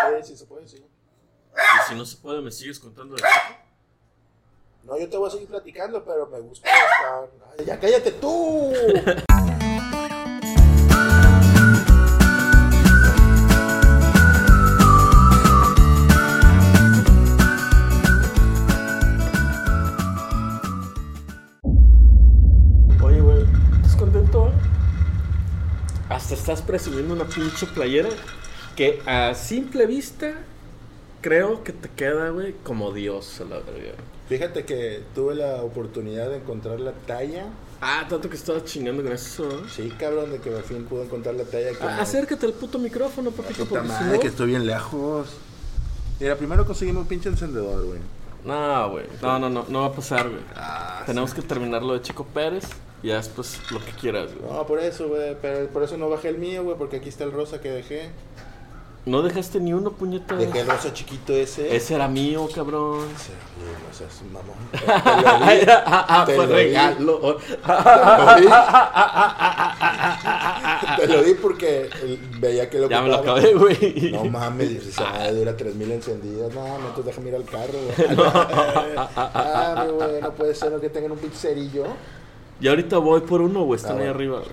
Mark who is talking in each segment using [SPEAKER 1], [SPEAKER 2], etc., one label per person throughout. [SPEAKER 1] sabe si se puede decir.
[SPEAKER 2] Y si no se puede, me sigues contando de chico.
[SPEAKER 1] No, yo te voy a seguir platicando, pero me gusta estar. Ay, ya cállate tú.
[SPEAKER 2] Oye, güey, ¿estás contento, güey? Hasta estás presumiendo una pinche playera que a simple vista creo que te queda, güey, como Dios a la verga.
[SPEAKER 1] Fíjate que tuve la oportunidad de encontrar la talla.
[SPEAKER 2] Ah, tanto que estaba chingando con eso, ¿no?
[SPEAKER 1] Sí, cabrón, de que al fin pude encontrar la talla. que
[SPEAKER 2] Ah,
[SPEAKER 1] me-
[SPEAKER 2] Acércate al puto micrófono, papito,
[SPEAKER 1] Puta
[SPEAKER 2] porque si
[SPEAKER 1] madre,
[SPEAKER 2] no...
[SPEAKER 1] que estoy bien lejos. Mira, primero conseguimos un pinche encendedor, güey.
[SPEAKER 2] No, güey, no, no, no, no va a pasar, güey.
[SPEAKER 1] Ah,
[SPEAKER 2] Tenemos que terminar lo de Chico Pérez y ya después lo que quieras, güey.
[SPEAKER 1] No, por eso, güey. Pero por eso no bajé el mío, güey, porque aquí está el rosa que dejé.
[SPEAKER 2] No dejaste ni uno, puñeta.
[SPEAKER 1] Dejé el rosa chiquito ese.
[SPEAKER 2] Ese era mío, cabrón.
[SPEAKER 1] Sí, no seas mamón.
[SPEAKER 2] Ay, ah, ah, ah,
[SPEAKER 1] Te
[SPEAKER 2] fue
[SPEAKER 1] lo di.
[SPEAKER 2] regalo.
[SPEAKER 1] Te lo di porque eh, veía que lo
[SPEAKER 2] Ya me lo
[SPEAKER 1] ocupaba.
[SPEAKER 2] acabé, güey.
[SPEAKER 1] No mames, esa madre dura 3000 encendidas. No, no, entonces déjame ir al carro, güey. ah, mi güey, no puede ser ¿no? que tengan un pinche cerillo.
[SPEAKER 2] Y ahorita voy por uno, güey. Están
[SPEAKER 1] Ah,
[SPEAKER 2] ahí
[SPEAKER 1] bueno.
[SPEAKER 2] arriba. güey.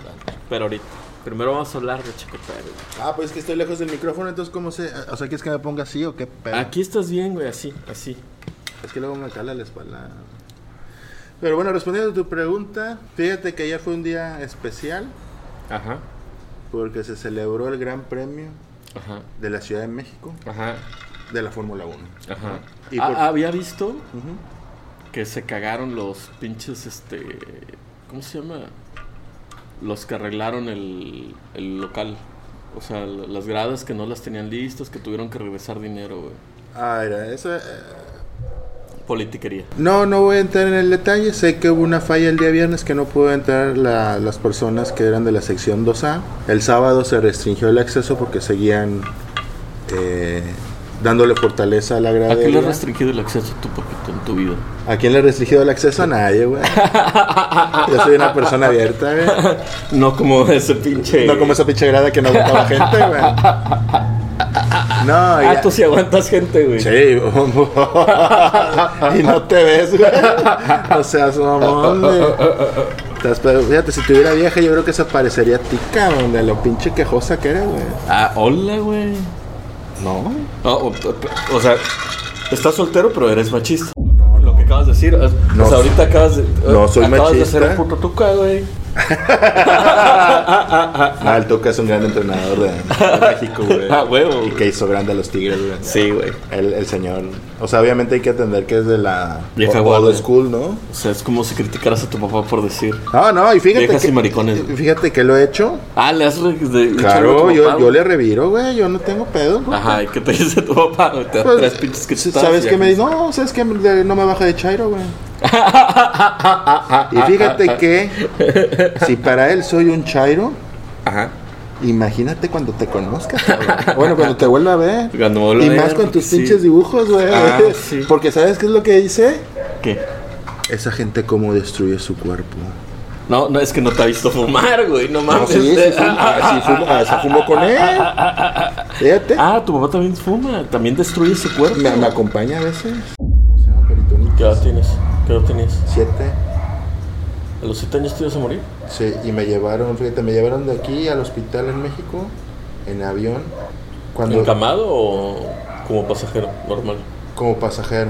[SPEAKER 2] Pero ahorita. Primero vamos a hablar de Chico Pérez. güey.
[SPEAKER 1] Ah, pues es que estoy lejos del micrófono, entonces, ¿cómo se.? O sea, ¿quieres que me ponga así o qué pedo?
[SPEAKER 2] Aquí estás bien, güey. Así, así.
[SPEAKER 1] Es que luego me cala la espalda. Pero bueno, respondiendo a tu pregunta, fíjate que ayer fue un día especial
[SPEAKER 2] Ajá.
[SPEAKER 1] porque se celebró el Gran Premio
[SPEAKER 2] Ajá.
[SPEAKER 1] de la Ciudad de México
[SPEAKER 2] Ajá.
[SPEAKER 1] de la Fórmula 1.
[SPEAKER 2] Ajá.
[SPEAKER 1] Y
[SPEAKER 2] Ah,
[SPEAKER 1] por-
[SPEAKER 2] Había visto que se cagaron los pinches, este... ¿Cómo se llama? Los que arreglaron el, el local. O sea, l- las gradas que no las tenían listas, que tuvieron que regresar dinero, güey.
[SPEAKER 1] Ah, era eso. eh,
[SPEAKER 2] Politiquería.
[SPEAKER 1] No, no voy a entrar en el detalle. Sé que hubo una falla el día viernes que no pudo entrar la- las personas que eran de la sección 2A. El sábado se restringió el acceso porque seguían eh, dándole fortaleza a la
[SPEAKER 2] ¿A qué le has
[SPEAKER 1] gradería.
[SPEAKER 2] restringido el acceso a tu papito en tu vida?
[SPEAKER 1] ¿A quién le he restringido el acceso? A nadie, güey. Yo soy una persona abierta, güey.
[SPEAKER 2] No como ese pinche...
[SPEAKER 1] No como esa pinche grada que no aguantaba gente, güey. No,
[SPEAKER 2] Ah,
[SPEAKER 1] ya-
[SPEAKER 2] tú sí aguantas gente, güey.
[SPEAKER 1] Sí, y no te ves, güey. O sea, su mamón, güey. Estás pedo. Fíjate, si tuviera vieja, yo creo que se parecería a ti, cabrón, de lo pinche quejosa que eres, güey.
[SPEAKER 2] Ah, hola, güey.
[SPEAKER 1] No.
[SPEAKER 2] Ah, o, o- o sea, estás soltero, pero eres machista. Lo que acabas de decir, es-
[SPEAKER 1] No
[SPEAKER 2] o sea, pues
[SPEAKER 1] soy-
[SPEAKER 2] ahorita acabas de.
[SPEAKER 1] no soy
[SPEAKER 2] acabas de
[SPEAKER 1] machista.
[SPEAKER 2] ser un puto tuca, güey.
[SPEAKER 1] Ah, el Tuca es un gran entrenador de, de México, güey.
[SPEAKER 2] Ah, huevo,
[SPEAKER 1] Y que hizo grande a los Tigres, güey.
[SPEAKER 2] Sí, güey.
[SPEAKER 1] El, el señor. O sea, obviamente hay que atender que es de la
[SPEAKER 2] Vieja
[SPEAKER 1] old
[SPEAKER 2] guardia.
[SPEAKER 1] school, ¿no?
[SPEAKER 2] O sea, es como si criticaras a tu papá por decir.
[SPEAKER 1] No, no, y fíjate
[SPEAKER 2] Viejas
[SPEAKER 1] que.
[SPEAKER 2] y maricones.
[SPEAKER 1] Fíjate que lo he hecho.
[SPEAKER 2] Ah, le has. re- de- echado a
[SPEAKER 1] Claro,
[SPEAKER 2] tu
[SPEAKER 1] yo,
[SPEAKER 2] papá,
[SPEAKER 1] yo
[SPEAKER 2] güey.
[SPEAKER 1] le reviro, güey. Yo no tengo pedo. güey.
[SPEAKER 2] Ajá, ¿y qué te dice tu papá? güey? Te da
[SPEAKER 1] Pues,
[SPEAKER 2] tres pinches que te
[SPEAKER 1] ¿Sabes qué me dice? No, ¿sabes qué? De- No me baja de Chairo, güey. Y fíjate que si para él soy un Chairo,
[SPEAKER 2] Ajá.
[SPEAKER 1] imagínate cuando te conozcas. cabrón. Bueno, cuando te vuelva a ver.
[SPEAKER 2] Cuando vuelva
[SPEAKER 1] y
[SPEAKER 2] a
[SPEAKER 1] más
[SPEAKER 2] ver,
[SPEAKER 1] con tus
[SPEAKER 2] sí.
[SPEAKER 1] pinches dibujos, güey.
[SPEAKER 2] Ah, sí.
[SPEAKER 1] Porque ¿sabes qué es lo que dice?
[SPEAKER 2] ¿Qué?
[SPEAKER 1] Esa gente cómo destruye su cuerpo.
[SPEAKER 2] No, no, es que no te ha visto fumar, güey. No
[SPEAKER 1] No,
[SPEAKER 2] mames.
[SPEAKER 1] sí, sí, sí, así fumo, así fumo con él. Fíjate.
[SPEAKER 2] Ah, tu papá también fuma. También destruye su cuerpo.
[SPEAKER 1] Me, me acompaña a veces. ¿Cómo se llama? Peritonitis.
[SPEAKER 2] ¿Qué edad tienes? ¿Qué edad tenías?
[SPEAKER 1] Siete.
[SPEAKER 2] ¿A los siete años te ibas a morir?
[SPEAKER 1] Sí, y me llevaron, fíjate, me llevaron de aquí al hospital en México, en avión, cuando
[SPEAKER 2] ¿Encamado o como pasajero normal?
[SPEAKER 1] como pasajero.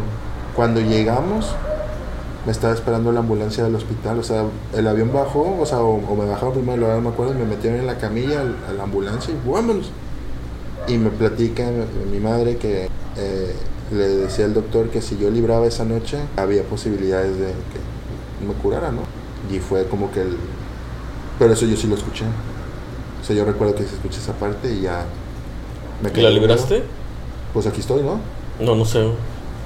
[SPEAKER 1] Cuando llegamos, me estaba esperando la ambulancia del hospital, o sea, el avión bajó, o sea, o, o me bajaron primero, lugar, no me acuerdo, y me metieron en la camilla, al- a la ambulancia, y vámonos. Y me platica mi- mi madre que eh, le decía al doctor que si yo libraba esa noche, había posibilidades de que me curara, ¿no? Y fue como que el... Pero eso yo sí lo escuché. O sea, yo recuerdo que se escucha esa parte y ya... Me
[SPEAKER 2] ¿Y
[SPEAKER 1] quedé
[SPEAKER 2] la
[SPEAKER 1] dormido.
[SPEAKER 2] libraste?
[SPEAKER 1] Pues aquí estoy, ¿no?
[SPEAKER 2] No, no sé.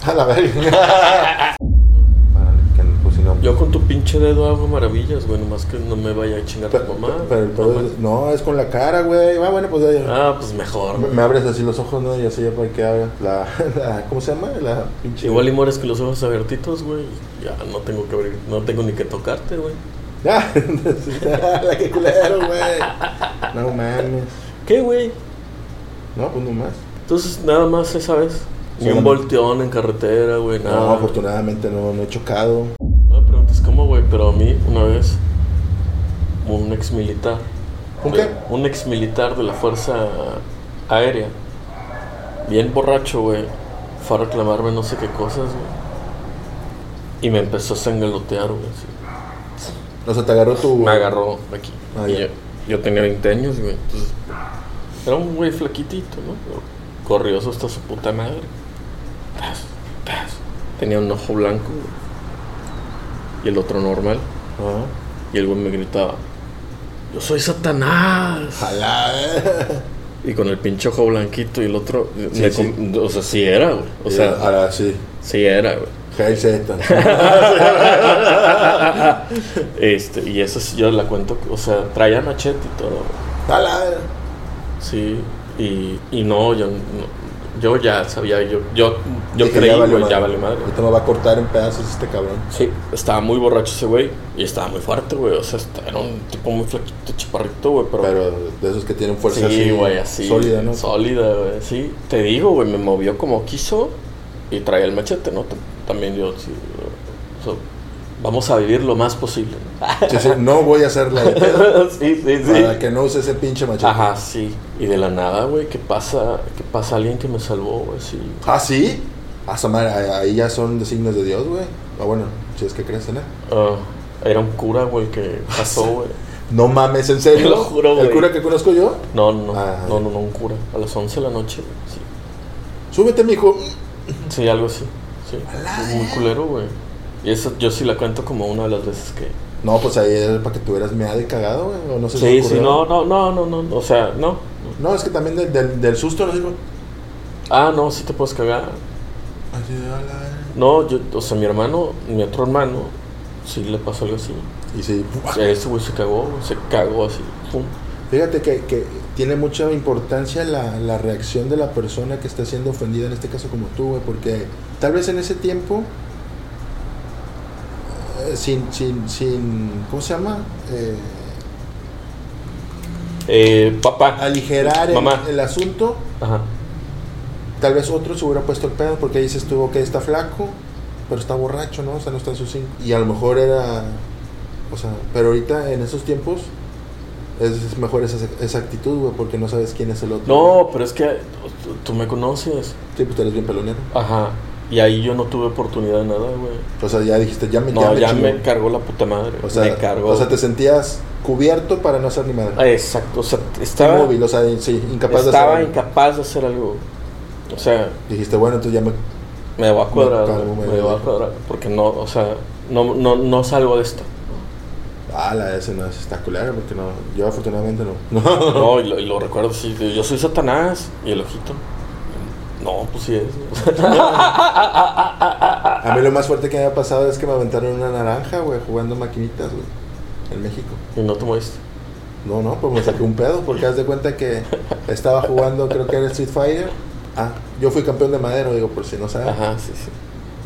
[SPEAKER 1] A la verga. Para que no- pues, si no-
[SPEAKER 2] Yo con tu pinche dedo hago maravillas, güey. Nomás que no me vaya a chingar
[SPEAKER 1] Pe-
[SPEAKER 2] tu mamá.
[SPEAKER 1] pero el pedo es- no, es con la cara, güey. Ah, bueno, pues ya-
[SPEAKER 2] Ah, pues mejor.
[SPEAKER 1] me,
[SPEAKER 2] güey.
[SPEAKER 1] me abres así los ojos, ¿no? Y así ya para que abra la, la- ¿Cómo se llama? La pinche.
[SPEAKER 2] Igual y mueres con los ojos abiertitos, güey. Ya no tengo que abrir, no tengo ni que tocarte, güey.
[SPEAKER 1] Ah, la que culero, güey. No mames.
[SPEAKER 2] ¿Qué, güey?
[SPEAKER 1] No, pues no más.
[SPEAKER 2] Entonces, nada más esa vez. Ni un
[SPEAKER 1] Solamente.
[SPEAKER 2] volteón en carretera, güey, nada.
[SPEAKER 1] No, afortunadamente no, no he chocado.
[SPEAKER 2] No me preguntes cómo, güey, pero a mí una vez un ex militar.
[SPEAKER 1] ¿Un qué?
[SPEAKER 2] Un ex militar de la Fuerza Aérea. Bien borracho, güey. Fue a reclamarme no sé qué cosas, güey. Y me empezó a sangalotear, güey. así.
[SPEAKER 1] O sea, te agarró tu.
[SPEAKER 2] Me agarró aquí.
[SPEAKER 1] Ah,
[SPEAKER 2] Y
[SPEAKER 1] ya.
[SPEAKER 2] yo, yo tenía 20 años, güey. Entonces, era un güey flaquitito, ¿no? Pero Corrioso hasta su puta madre. Tas, tas. Tenía un ojo blanco, güey. Y el otro normal.
[SPEAKER 1] Ah.
[SPEAKER 2] Y el güey me gritaba, yo soy Satanás.
[SPEAKER 1] Ojalá, eh.
[SPEAKER 2] Y con el pinche ojo blanquito y el otro... eh,
[SPEAKER 1] Sí,
[SPEAKER 2] me
[SPEAKER 1] sí.
[SPEAKER 2] com- O sea, sí era, güey. O sea,
[SPEAKER 1] ahora sí.
[SPEAKER 2] sí era, güey.
[SPEAKER 1] Hail Satan.
[SPEAKER 2] Este, y eso sí, yo la cuento, o sea, traía machete y todo, güey.
[SPEAKER 1] Ojalá.
[SPEAKER 2] Sí, y, y no, yo, no- yo ya sabía, yo, yo, yo
[SPEAKER 1] Dije,
[SPEAKER 2] creí,
[SPEAKER 1] ya valió
[SPEAKER 2] güey, ya
[SPEAKER 1] madre.
[SPEAKER 2] vale madre.
[SPEAKER 1] Ahorita me va a cortar en pedazos este cabrón.
[SPEAKER 2] Sí, estaba muy borracho ese güey y estaba muy fuerte, güey. O sea, esta- era un tipo muy flaquito, chaparrito, güey,
[SPEAKER 1] Pero de esos que tienen fuerza
[SPEAKER 2] sí,
[SPEAKER 1] así,
[SPEAKER 2] güey, así.
[SPEAKER 1] Sólida, ¿no?
[SPEAKER 2] Sólida, güey, sí. Te digo, güey, me movió como quiso y traía el machete, ¿no? T- También yo, sí. o sea, vamos a vivir lo más posible.
[SPEAKER 1] Sí, sí, no voy a hacer la de pedo
[SPEAKER 2] sí, sí, sí.
[SPEAKER 1] para que no use ese pinche machete.
[SPEAKER 2] Ajá, sí. Y de la nada, güey, ¿qué pasa? ¿Qué pasa alguien que me salvó, güey? Sí.
[SPEAKER 1] ¿Ah, sí? Ah, su madre, ahí ahí ya son designios de Dios, güey. Ah, bueno, si es que crees en él.
[SPEAKER 2] Ah, era un cura, güey, que pasó, güey.
[SPEAKER 1] No mames, ¿en serio?
[SPEAKER 2] Te lo juro,
[SPEAKER 1] ¿El
[SPEAKER 2] güey.
[SPEAKER 1] cura que conozco yo?
[SPEAKER 2] No, no, no,
[SPEAKER 1] Ah.
[SPEAKER 2] no, no, no, un cura. A las 11 de la noche, güey, sí.
[SPEAKER 1] Súbete, mijo.
[SPEAKER 2] Sí, algo así. Sí.
[SPEAKER 1] Ala,
[SPEAKER 2] Muy culero, güey. Y eso yo sí la cuento como una de las veces que.
[SPEAKER 1] No, pues ahí era para que tú hubieras meado y cagado, güey. o no sé
[SPEAKER 2] Sí, sí, no, no, no, no, no. O sea, no.
[SPEAKER 1] No, es que también del, del, del susto, no digo.
[SPEAKER 2] Ah, no, sí te puedes cagar.
[SPEAKER 1] Así de, "A la verga".
[SPEAKER 2] No, yo, o sea, mi hermano, mi otro hermano, sí le pasó algo así.
[SPEAKER 1] eh". Y sí, ¡pua!
[SPEAKER 2] O sea, ese güey se cagó, güey, se cagó así. Pum.
[SPEAKER 1] Fíjate que, que tiene mucha importancia la, la reacción de la persona que está siendo ofendida, en este caso como tú, güey, porque tal vez en ese tiempo, eh, sin, sin, sin, ¿cómo se llama? Eh,
[SPEAKER 2] Eh, papá.
[SPEAKER 1] aligerar el,
[SPEAKER 2] Mamá.
[SPEAKER 1] el asunto,
[SPEAKER 2] Ajá.
[SPEAKER 1] tal vez otro se hubiera puesto el pedo, porque dices tú, ok, está flaco, pero está borracho, ¿no? O sea, no está en sus cinco. Y a lo mejor era, o sea, pero ahorita en esos tiempos es, es mejor esa, esa actitud, güey, porque no sabes quién es el otro.
[SPEAKER 2] No, pero es que tú- tú me conoces.
[SPEAKER 1] Sí, pues tú eres bien pelonero.
[SPEAKER 2] Ajá. Y ahí yo no tuve oportunidad de nada, güey.
[SPEAKER 1] O sea, ya dijiste, ya me,
[SPEAKER 2] No, ya
[SPEAKER 1] chingó.
[SPEAKER 2] me cargó la puta madre.
[SPEAKER 1] o sea,
[SPEAKER 2] me cargó.
[SPEAKER 1] O sea, te sentías cubierto para no hacer ni madre.
[SPEAKER 2] Ah, Exacto, o sea, estaba.
[SPEAKER 1] Inmóvil, o sea, sí, incapaz
[SPEAKER 2] estaba
[SPEAKER 1] de hacer. nada.
[SPEAKER 2] incapaz de hacer algo. O sea,
[SPEAKER 1] Dijiste, bueno, entonces ya me.
[SPEAKER 2] me va a cuadrar,
[SPEAKER 1] Me calmo,
[SPEAKER 2] güey,
[SPEAKER 1] me
[SPEAKER 2] me va a
[SPEAKER 1] relajo.
[SPEAKER 2] cuadrar, porque no, o sea, no, no, no salgo de esto.
[SPEAKER 1] Ah, la ese no es espectacular, porque no. Yo afortunadamente no. No.
[SPEAKER 2] No, y lo, y lo recuerdo así, de, yo soy Satanás y el ojito. No, pues sí es.
[SPEAKER 1] A mí lo más fuerte que me ha pasado es que me aventaron una naranja, güey, jugando maquinitas, güey, en México.
[SPEAKER 2] y no te moviste.
[SPEAKER 1] No, no, pues me saqué un pedo, porque haz de cuenta que estaba jugando, creo que era Street Fighter. Ah, yo fui campeón de madero, digo, por si no sabes.
[SPEAKER 2] Ajá, sí, sí.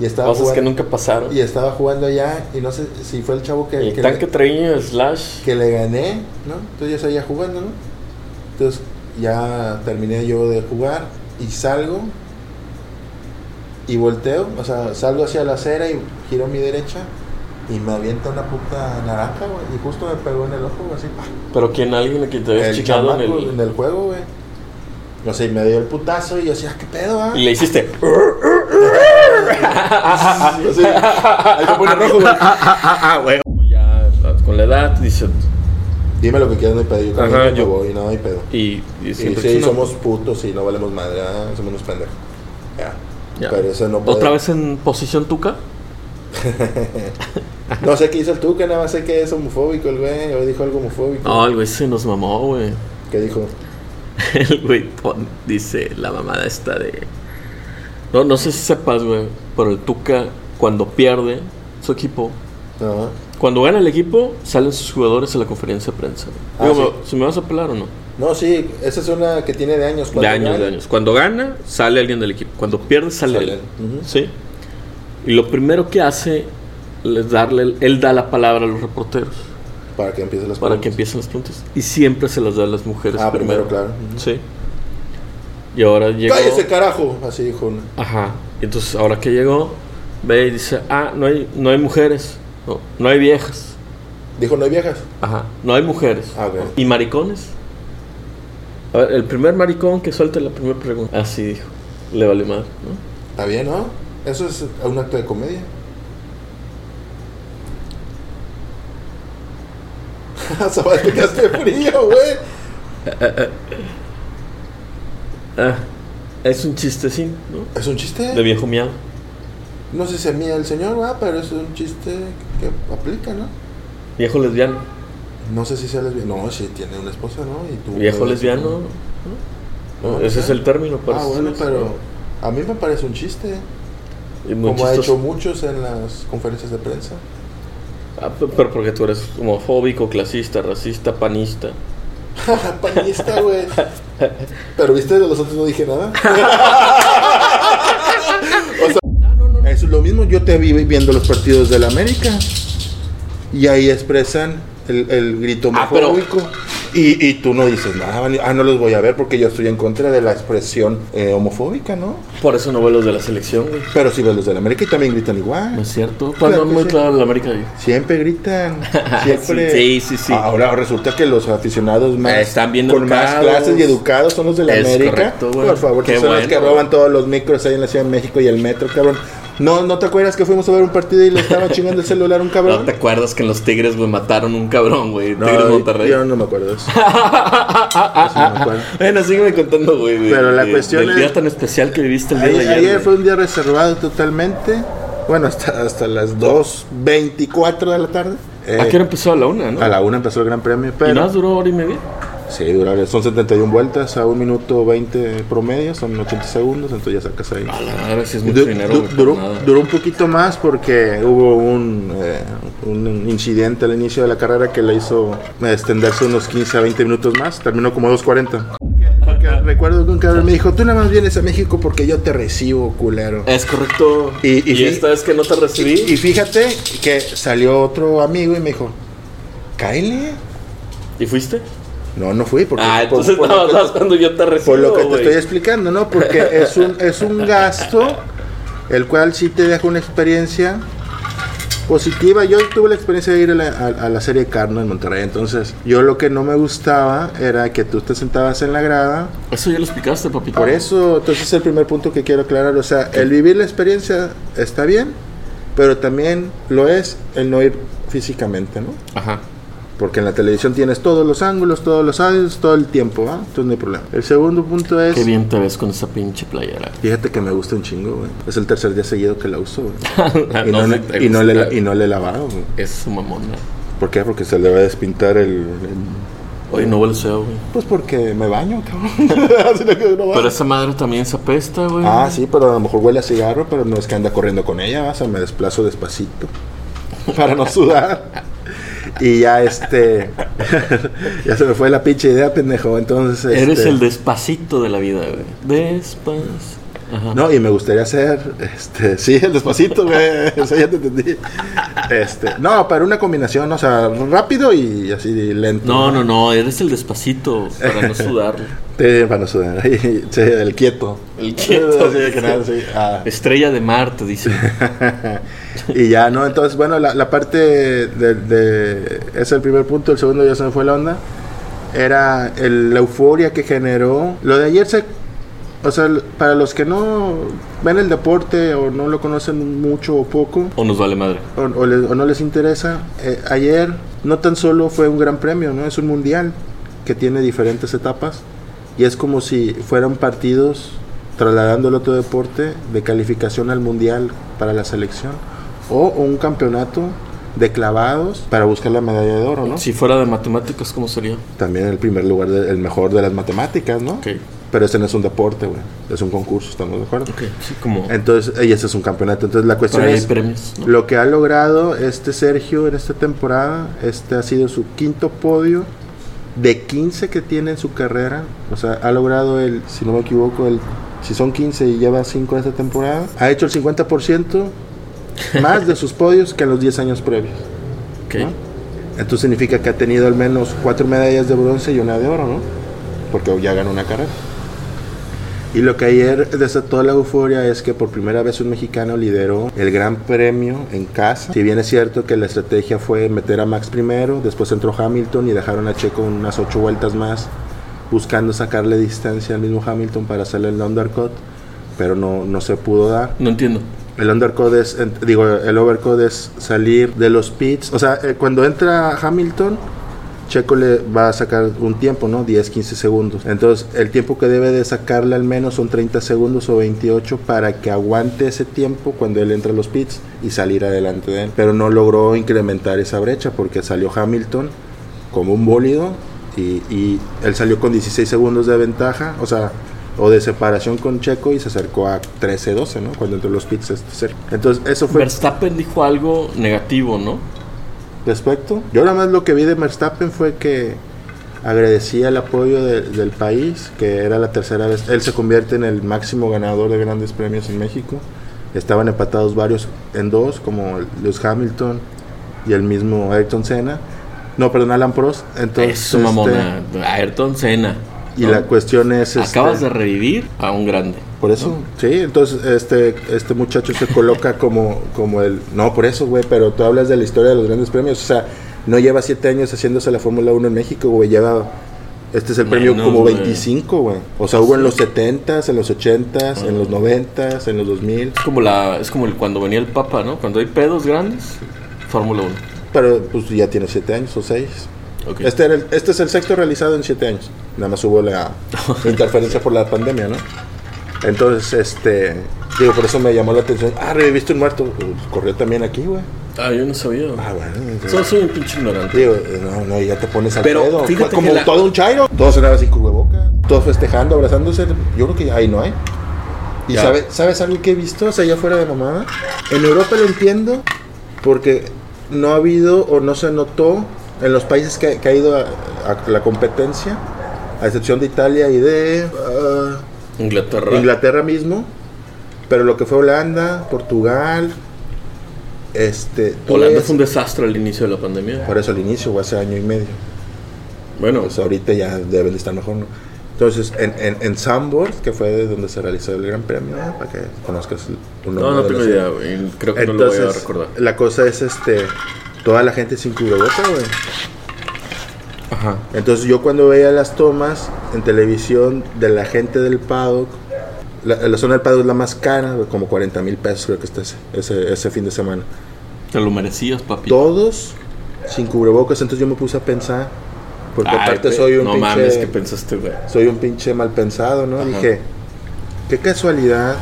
[SPEAKER 1] Y estaba
[SPEAKER 2] Cosas que
[SPEAKER 1] jugando.
[SPEAKER 2] nunca pasaron.
[SPEAKER 1] Ah, Y estaba jugando allá, y no sé si fue el chavo que.
[SPEAKER 2] el
[SPEAKER 1] que
[SPEAKER 2] tanque traía slash.
[SPEAKER 1] que le gané, ¿no? Entonces yo seguía jugando, ¿no? Entonces ya terminé yo de jugar y salgo y volteo, o sea, salgo hacia la acera y giro a mi derecha y me avienta una puta naranja, güey, y justo me pegó en el ojo, güey, así, ¡pah!
[SPEAKER 2] Pero quien alguien que te había
[SPEAKER 1] El
[SPEAKER 2] chicado en
[SPEAKER 1] chamaco en
[SPEAKER 2] el.
[SPEAKER 1] el juego, güey. No sé, y me dio el putazo y yo decía, ¿qué pedo, ah?
[SPEAKER 2] Y le hiciste.
[SPEAKER 1] Así, ahí se pone rojo, güey.
[SPEAKER 2] Ya, con la edad, dice.
[SPEAKER 1] Dime lo que quieras, no hay pedo, yo también
[SPEAKER 2] Ajá,
[SPEAKER 1] me
[SPEAKER 2] yo-
[SPEAKER 1] voy, no hay pedo.
[SPEAKER 2] Y, y
[SPEAKER 1] Sí,
[SPEAKER 2] siempre
[SPEAKER 1] sí,
[SPEAKER 2] chino.
[SPEAKER 1] somos putos y no valemos madre, ah, somos unos pendejos. Ya.
[SPEAKER 2] Ya.
[SPEAKER 1] Pero eso no puede-
[SPEAKER 2] ¿Otra vez en posición tuca?
[SPEAKER 1] No sé qué hizo el Tuca, nada más sé que es homofóbico el güey, o dijo algo homofóbico.
[SPEAKER 2] No, el güey se nos mamó, güey.
[SPEAKER 1] ¿Qué dijo?
[SPEAKER 2] El güey pon- dice la mamada esta de. No, no sé si sepas, güey, pero el Tuca, cuando pierde su equipo,
[SPEAKER 1] No.
[SPEAKER 2] cuando gana el equipo, salen sus jugadores a la conferencia de prensa.
[SPEAKER 1] Ah,
[SPEAKER 2] Digo,
[SPEAKER 1] sí.
[SPEAKER 2] ¿se me vas a pelar o no?
[SPEAKER 1] No, sí, esa es una que tiene de años.
[SPEAKER 2] De
[SPEAKER 1] cuando
[SPEAKER 2] años,
[SPEAKER 1] gana.
[SPEAKER 2] de años. Cuando gana, sale alguien del equipo. Cuando pierde, sale,
[SPEAKER 1] Sale él.
[SPEAKER 2] él.
[SPEAKER 1] Ujú.
[SPEAKER 2] Sí. Y lo primero que hace es darle. el- Él da la palabra a los reporteros
[SPEAKER 1] Para que empiece las
[SPEAKER 2] para
[SPEAKER 1] preguntas.
[SPEAKER 2] que empiecen las preguntas. Y siempre se las da a las mujeres
[SPEAKER 1] Ah, primero, claro. Ujú.
[SPEAKER 2] Sí. Y ahora llegó.
[SPEAKER 1] ¡Cállese, carajo! Así dijo una.
[SPEAKER 2] Ajá. Y entonces, ahora que llegó, ve y dice: Ah, no hay, no hay mujeres. No, no hay viejas.
[SPEAKER 1] Dijo, no hay viejas.
[SPEAKER 2] Ajá. No hay mujeres.
[SPEAKER 1] Ah, ok.
[SPEAKER 2] ¿Y maricones? A ver, el primer maricón que suelte la primera pregunta. Así dijo. Le vale madre, ¿no?
[SPEAKER 1] Está bien, ¿no? Eso es un acto de comedia. Sabes, te quedaste frío, güey.
[SPEAKER 2] Ah, es un chistecín, ¿no?
[SPEAKER 1] Es un chiste.
[SPEAKER 2] De viejo miado.
[SPEAKER 1] No sé si es mía el señor, va, pero es un chiste que aplica, ¿no?
[SPEAKER 2] Viejo lesbiano.
[SPEAKER 1] No sé si sea lesbiana. No, si tiene una esposa, ¿no? Y tú,
[SPEAKER 2] Viejo lesbiano. ¿no? Ese es el término para
[SPEAKER 1] Ah, bueno, pero a mí me parece un chiste.
[SPEAKER 2] Y muy
[SPEAKER 1] como ha
[SPEAKER 2] chistoso.
[SPEAKER 1] hecho muchos en las conferencias de prensa.
[SPEAKER 2] Ah, pe- pero porque tú eres homofóbico, clasista, racista, panista.
[SPEAKER 1] Panista, güey. Pero viste, de los otros no dije nada.
[SPEAKER 2] Ah, No, no, no.
[SPEAKER 1] Eso es lo mismo. Yo te vi viendo los partidos del América. Y ahí expresan el, el grito
[SPEAKER 2] Ah, pero-
[SPEAKER 1] homofóbico. Y, y tú no dices nada, Vani. ah, no los voy a ver porque yo estoy en contra de la expresión eh, homofóbica, ¿no?
[SPEAKER 2] Por eso no veo los de la selección, güey.
[SPEAKER 1] Pero si ves los del América y también gritan
[SPEAKER 2] No
[SPEAKER 1] igual.
[SPEAKER 2] es cierto.
[SPEAKER 1] Claro
[SPEAKER 2] Cuando
[SPEAKER 1] que
[SPEAKER 2] muy
[SPEAKER 1] sí.
[SPEAKER 2] claro la América. güey.
[SPEAKER 1] Siempre gritan, siempre.
[SPEAKER 2] Sí, sí, sí.
[SPEAKER 1] Ahora resulta que los aficionados más
[SPEAKER 2] Eh, están bien
[SPEAKER 1] con más
[SPEAKER 2] educados.
[SPEAKER 1] clases y educados son los de la
[SPEAKER 2] Es
[SPEAKER 1] América.
[SPEAKER 2] correcto, güey.
[SPEAKER 1] Por favor, que
[SPEAKER 2] Qué
[SPEAKER 1] son los que
[SPEAKER 2] bueno.
[SPEAKER 1] roban todos los micros ahí en la Ciudad de México y el metro, cabrón. No, ¿no te acuerdas que fuimos a ver un partido y le estaba chingando el celular a un
[SPEAKER 2] No
[SPEAKER 1] cabrón?
[SPEAKER 2] te acuerdas que en los Tigres, güey, mataron un cabrón, güey.
[SPEAKER 1] No,
[SPEAKER 2] Tigres Monterrey.
[SPEAKER 1] yo no me acuerdo de eso.
[SPEAKER 2] Ah,
[SPEAKER 1] Eso no me acuerdo.
[SPEAKER 2] Bueno, sígueme contando, güey. de-
[SPEAKER 1] Pero la
[SPEAKER 2] de-
[SPEAKER 1] cuestión
[SPEAKER 2] del
[SPEAKER 1] es-
[SPEAKER 2] día tan especial que viviste el día
[SPEAKER 1] Ayer,
[SPEAKER 2] de ayer.
[SPEAKER 1] ayer
[SPEAKER 2] güey.
[SPEAKER 1] fue un día reservado totalmente. Bueno, hasta, hasta las 2.24 de la tarde. Eh,
[SPEAKER 2] ¿A qué hora empezó? A la una, ¿no?
[SPEAKER 1] a la 1 empezó el Gran Premio,
[SPEAKER 2] Y
[SPEAKER 1] pero...
[SPEAKER 2] nada, duró hora y media.
[SPEAKER 1] Sí, durar, son 71 vueltas a 1 minuto 20 promedio, son 80 segundos, entonces ya sacas ahí.
[SPEAKER 2] A la madre, sí Ah, es mucho
[SPEAKER 1] Du-
[SPEAKER 2] dinero,
[SPEAKER 1] du-
[SPEAKER 2] güey, por
[SPEAKER 1] duró,
[SPEAKER 2] nada.
[SPEAKER 1] duró un poquito más porque hubo un, eh, un incidente al inicio de la carrera que la hizo eh, extenderse unos 15 a 20 minutos más, terminó como 2.40. Porque recuerdo que un cabrón me dijo, tú nada más vienes a México porque yo te recibo, culero.
[SPEAKER 2] Es correcto.
[SPEAKER 1] Y- y
[SPEAKER 2] Y,
[SPEAKER 1] sí.
[SPEAKER 2] esta vez que no te recibí.
[SPEAKER 1] Y, y fíjate que salió otro amigo y me dijo, cáele.
[SPEAKER 2] ¿Y fuiste?
[SPEAKER 1] No, no fui porque...
[SPEAKER 2] Ah,
[SPEAKER 1] por-
[SPEAKER 2] entonces
[SPEAKER 1] por
[SPEAKER 2] nada
[SPEAKER 1] lo que-
[SPEAKER 2] más cuando yo te recibo,
[SPEAKER 1] Por lo que te
[SPEAKER 2] güey.
[SPEAKER 1] estoy explicando, ¿no? Porque es un, es un gasto el cual sí te deja una experiencia positiva. Yo tuve la experiencia de ir a la, a- a la serie Carno en Monterrey, entonces yo lo que no me gustaba era que tú te sentabas en la grada.
[SPEAKER 2] Eso ya lo explicaste, papito.
[SPEAKER 1] Por eso, entonces es el primer punto que quiero aclarar. O sea, el vivir la experiencia está bien, pero también lo es el no ir físicamente, ¿no?
[SPEAKER 2] Ajá.
[SPEAKER 1] Porque en la televisión tienes todos los ángulos, todos los ángulos, todo el tiempo, ¿ah? Entonces no hay problema. El segundo punto es...
[SPEAKER 2] Qué bien te ves con esa pinche playera.
[SPEAKER 1] Fíjate que me gusta un chingo, güey. Es el tercer día seguido que la uso, güey. Y no,
[SPEAKER 2] sé,
[SPEAKER 1] le-
[SPEAKER 2] te
[SPEAKER 1] y no le, la-
[SPEAKER 2] gusta.
[SPEAKER 1] y no le he lavado, güey.
[SPEAKER 2] Es su mamona.
[SPEAKER 1] ¿Por qué? Porque se le va a despintar el... el-
[SPEAKER 2] Oye, no huele feo, güey.
[SPEAKER 1] Pues porque me baño, cabrón. Así no que no va.
[SPEAKER 2] Pero esa madre también se apesta, güey.
[SPEAKER 1] Ah, sí, pero a lo mejor huele a cigarro, pero no es que anda corriendo con ella, ¿va? o sea, me desplazo despacito para no sudar. Y ya este... ya se me fue la pinche idea, pendejo. Entonces...
[SPEAKER 2] Eres
[SPEAKER 1] este,
[SPEAKER 2] el despacito de la vida, güey. Despacito. Ajá.
[SPEAKER 1] No, y me gustaría hacer, este, sí, el despacito, güey, eso ya te entendí. Este, no, pero una combinación, o sea, rápido y así lento.
[SPEAKER 2] No, no, no, eres el despacito para no sudar.
[SPEAKER 1] Sí, para no sudar, sí, el quieto.
[SPEAKER 2] El quieto.
[SPEAKER 1] Sí, que nada, sí, ah.
[SPEAKER 2] Estrella de mar, te dice.
[SPEAKER 1] y ya, ¿no? Entonces, bueno, la, la parte de, de- Ese es el primer punto, el segundo ya se me fue la onda. Era el- la euforia que generó. Lo de ayer se... O sea, para los que no ven el deporte o no lo conocen mucho o poco,
[SPEAKER 2] O nos vale madre.
[SPEAKER 1] o, o le- o no les interesa, eh, ayer no tan solo fue un gran premio, ¿no? Es un mundial que tiene diferentes etapas y es como si fueran partidos trasladando el otro deporte de calificación al mundial para la selección o un campeonato de clavados para buscar la medalla de oro, ¿no?
[SPEAKER 2] Si fuera de matemáticas, ¿cómo sería?
[SPEAKER 1] También el primer lugar, de- el mejor de las matemáticas, ¿no?
[SPEAKER 2] Ok,
[SPEAKER 1] Pero ese no es un deporte, güey. Es un concurso, ¿estamos de acuerdo?
[SPEAKER 2] ok. Sí, como
[SPEAKER 1] Entonces, y ese es un campeonato. Entonces, la
[SPEAKER 2] por
[SPEAKER 1] cuestión
[SPEAKER 2] ahí hay
[SPEAKER 1] es...
[SPEAKER 2] premios. ¿no?
[SPEAKER 1] Lo que ha logrado este Sergio en esta temporada, este ha sido su quinto podio de 15 que tiene en su carrera. O sea, ha logrado el, si no me equivoco, el si son 15 y lleva 5 esta temporada, ha hecho el 50% más de sus podios que en los 10 años previos.
[SPEAKER 2] Ok.
[SPEAKER 1] ¿no? Entonces significa que ha tenido al menos 4 medallas de bronce y una de oro, ¿no? Porque ya ganó una carrera. Y lo que ayer desató la euforia es que por primera vez un mexicano lideró el Gran Premio en casa. Si bien es cierto que la estrategia fue meter a Max primero, después entró Hamilton y dejaron a Checo unas ocho vueltas más, buscando sacarle distancia al mismo Hamilton para hacerle el undercut, pero no, no se pudo dar.
[SPEAKER 2] No entiendo.
[SPEAKER 1] El undercut es, en- digo, el overcut es salir de los pits. O sea, eh, cuando entra Hamilton, Checo le va a sacar un tiempo, ¿no? 10, 15 segundos. Entonces, el tiempo que debe de sacarle al menos son 30 segundos o 28 para que aguante ese tiempo cuando él entra a los pits y salir adelante de él. Pero no logró incrementar esa brecha porque salió Hamilton como un bólido y, y él salió con 16 segundos de ventaja, o sea, o de separación con Checo y se acercó a 13, 12, ¿no? Cuando entró a los pits. este, cerca. Entonces, eso fue...
[SPEAKER 2] Verstappen dijo algo negativo, ¿no?
[SPEAKER 1] respecto. Yo nada más lo que vi de Verstappen fue que agradecía el apoyo de- del país, que era la tercera vez. Él se convierte en el máximo ganador de grandes premios en México. Estaban empatados varios en dos, como Lewis Hamilton y el mismo Ayrton Senna. No, perdón, Alan Prost. Entonces, este,
[SPEAKER 2] Eso, mamona. Ayrton Senna.
[SPEAKER 1] y
[SPEAKER 2] ¿no?
[SPEAKER 1] la cuestión es... este,
[SPEAKER 2] Acabas de revivir a un grande.
[SPEAKER 1] por eso, sí, entonces este este muchacho se coloca como como el no, por eso, güey, pero tú hablas de la historia de los grandes premios, o sea, no lleva siete años haciéndose la Fórmula 1 en México, güey, lleva este es el premio
[SPEAKER 2] Menos,
[SPEAKER 1] como
[SPEAKER 2] güey.
[SPEAKER 1] 25, güey. O sea, hubo en los 70s, en los 80s, en
[SPEAKER 2] Ah.
[SPEAKER 1] los 90s, en los 2000,
[SPEAKER 2] Es como, la, es como el, cuando venía el Papa, ¿no? Cuando hay pedos grandes, Fórmula 1.
[SPEAKER 1] pero pues ya tiene siete años o seis.
[SPEAKER 2] Ok.
[SPEAKER 1] Este, era el- este es el sexto realizado en siete años. Nada más hubo la interferencia por la pandemia, ¿no? Entonces, este. Digo, por eso me llamó la atención. Ah, reviviste un muerto. Pues, corrió también aquí, güey.
[SPEAKER 2] Ah, yo no sabía.
[SPEAKER 1] Ah, bueno.
[SPEAKER 2] So- soy un pinche ignorante.
[SPEAKER 1] Digo, no, no, ya te pones al
[SPEAKER 2] Pero
[SPEAKER 1] pedo.
[SPEAKER 2] fíjate
[SPEAKER 1] Como
[SPEAKER 2] que la-
[SPEAKER 1] todo un chairo. Todos eran así cubrebocas. Todos festejando, abrazándose. Yo creo que ahí no hay. ¿Y
[SPEAKER 2] Ya.
[SPEAKER 1] sabe- sabes algo que he visto? O sea, ya fuera de mamada. En Europa lo entiendo porque no ha habido o no se notó en los países que, que ha ido a, a la competencia, a excepción de Italia y de ah,
[SPEAKER 2] Inglaterra.
[SPEAKER 1] Inglaterra mismo. Pero lo que fue Holanda, Portugal, este. tú
[SPEAKER 2] Holanda
[SPEAKER 1] ves-
[SPEAKER 2] fue un desastre al inicio de la pandemia.
[SPEAKER 1] Por eso al inicio, o hace año y medio.
[SPEAKER 2] Bueno,
[SPEAKER 1] Pues ahorita ya deben de estar mejor, ¿no? Entonces, en, en, en Sambor, que fue de donde se realizó el Gran Premio, ¿eh? para que conozcas un
[SPEAKER 2] no, no
[SPEAKER 1] de la
[SPEAKER 2] tengo
[SPEAKER 1] ciudad.
[SPEAKER 2] idea, güey. Creo que no lo voy a
[SPEAKER 1] Entonces,
[SPEAKER 2] recordar.
[SPEAKER 1] la cosa es, este, toda la gente sin cubrebocas, güey.
[SPEAKER 2] Ajá.
[SPEAKER 1] Entonces, yo cuando veía las tomas en televisión de la gente del paddock, la, la zona del paddock es la más cara, güey, como 40 mil pesos creo que está ese- ese, ese fin de semana.
[SPEAKER 2] Te lo merecías, papi.
[SPEAKER 1] Todos sin cubrebocas, entonces yo me puse a pensar, porque
[SPEAKER 2] Ay,
[SPEAKER 1] aparte
[SPEAKER 2] pe-
[SPEAKER 1] soy un
[SPEAKER 2] No
[SPEAKER 1] pinche-
[SPEAKER 2] mames, ¿qué pensaste, güey?
[SPEAKER 1] soy un pinche mal pensado, ¿no?
[SPEAKER 2] Ajá.
[SPEAKER 1] Dije, qué casualidad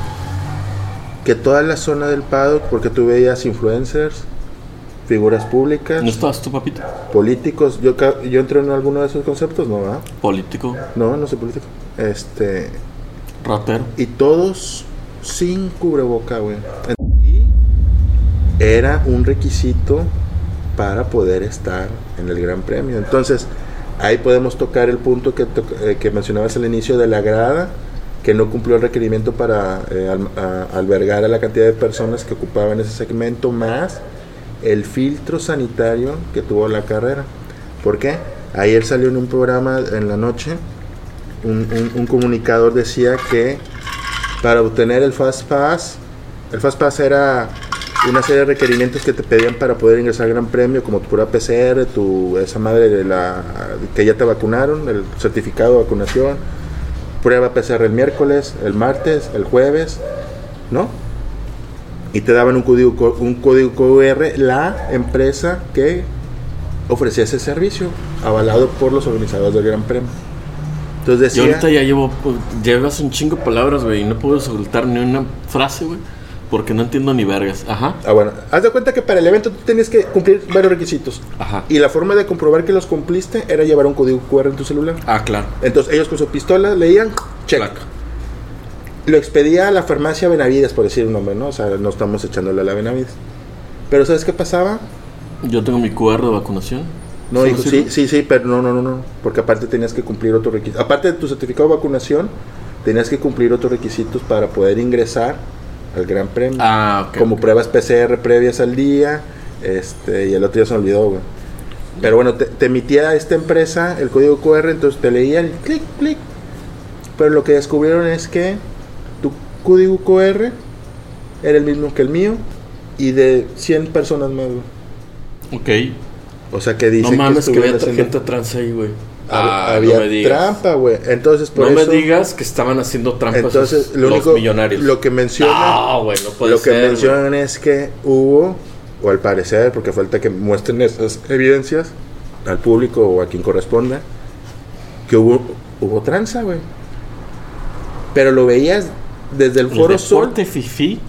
[SPEAKER 1] que toda la zona del paddock, porque tú veías influencers, figuras públicas,
[SPEAKER 2] ¿No estabas tú, papito?
[SPEAKER 1] políticos, yo, ca- yo entré en alguno de esos conceptos, ¿no? ¿verdad?
[SPEAKER 2] Político,
[SPEAKER 1] No, no soy político. Este,
[SPEAKER 2] ratero.
[SPEAKER 1] y todos sin cubreboca, güey. Y era un requisito para poder estar en el Gran Premio. Entonces, ahí podemos tocar el punto que, to- eh, que mencionabas al inicio de la grada, que no cumplió el requerimiento para eh, al- a- albergar a la cantidad de personas que ocupaban ese segmento, más el filtro sanitario que tuvo la carrera. ¿Por qué? Ayer salió en un programa en la noche, un- un- un comunicador decía que para obtener el Fast Pass. El Fast Pass era una serie de requerimientos que te pedían para poder ingresar al Gran Premio, como tu pura PCR, tu, esa madre de la, que ya te vacunaron, el certificado de vacunación, prueba PCR el miércoles, el martes, el jueves, ¿no? Y te daban un código, co- un código QR, la empresa que ofrecía ese servicio, avalado por los organizadores del Gran Premio. Entonces
[SPEAKER 2] Yo
[SPEAKER 1] decía,
[SPEAKER 2] ahorita ya llevo, pues, llevas un chingo de palabras, güey, y no puedo soltar ni una frase, güey, porque no entiendo ni vergas. Ajá,
[SPEAKER 1] Ah, bueno. Haz de cuenta que para el evento tú tenías que cumplir varios requisitos.
[SPEAKER 2] ajá.
[SPEAKER 1] Y la forma de comprobar que los cumpliste era llevar un código QR en tu celular.
[SPEAKER 2] Ah, claro.
[SPEAKER 1] Entonces ellos con su pistola leían, check.
[SPEAKER 2] Placa.
[SPEAKER 1] Lo expedía a la farmacia Benavides, por decir un nombre, ¿no? O sea, no estamos echándole a la Benavides. Pero ¿sabes qué pasaba?
[SPEAKER 2] Yo tengo mi QR de vacunación.
[SPEAKER 1] No,
[SPEAKER 2] ¿Sí
[SPEAKER 1] dijo,
[SPEAKER 2] me
[SPEAKER 1] sí,
[SPEAKER 2] sirve?
[SPEAKER 1] sí, sí, pero no, no, no, no. Porque aparte tenías que cumplir otros requisitos. Aparte de tu certificado de vacunación, tenías que cumplir otros requisitos para poder ingresar al Gran Premio.
[SPEAKER 2] Ah, ok.
[SPEAKER 1] como
[SPEAKER 2] ok.
[SPEAKER 1] pruebas PCR previas al día, este, y el otro día se me olvidó, güey. Pero bueno, te, te emitía esta empresa el código QR, entonces te leía el clic, clic. Pero lo que descubrieron es que tu código QR era el mismo que el mío y de 100 personas más, güey.
[SPEAKER 2] Ok.
[SPEAKER 1] O sea, que
[SPEAKER 2] No
[SPEAKER 1] dicen
[SPEAKER 2] mames, que,
[SPEAKER 1] estuvieron
[SPEAKER 2] había
[SPEAKER 1] haciendo-
[SPEAKER 2] gente trans ahí, güey.
[SPEAKER 1] Hab-
[SPEAKER 2] Ah,
[SPEAKER 1] había
[SPEAKER 2] no me digas.
[SPEAKER 1] trampa, güey. Entonces, por
[SPEAKER 2] No
[SPEAKER 1] eso-
[SPEAKER 2] me digas que estaban haciendo trampas
[SPEAKER 1] Entonces, lo
[SPEAKER 2] los
[SPEAKER 1] único,
[SPEAKER 2] millonarios. Ah.
[SPEAKER 1] lo que menciona,
[SPEAKER 2] no, güey, no puede
[SPEAKER 1] lo que
[SPEAKER 2] ser, güey.
[SPEAKER 1] mencionan es que hubo, o al parecer, porque falta que muestren esas evidencias al público o a quien corresponda, que hubo, hubo tranza, güey. Pero lo veías desde el
[SPEAKER 2] El
[SPEAKER 1] Foro Sol.
[SPEAKER 2] deporte fifí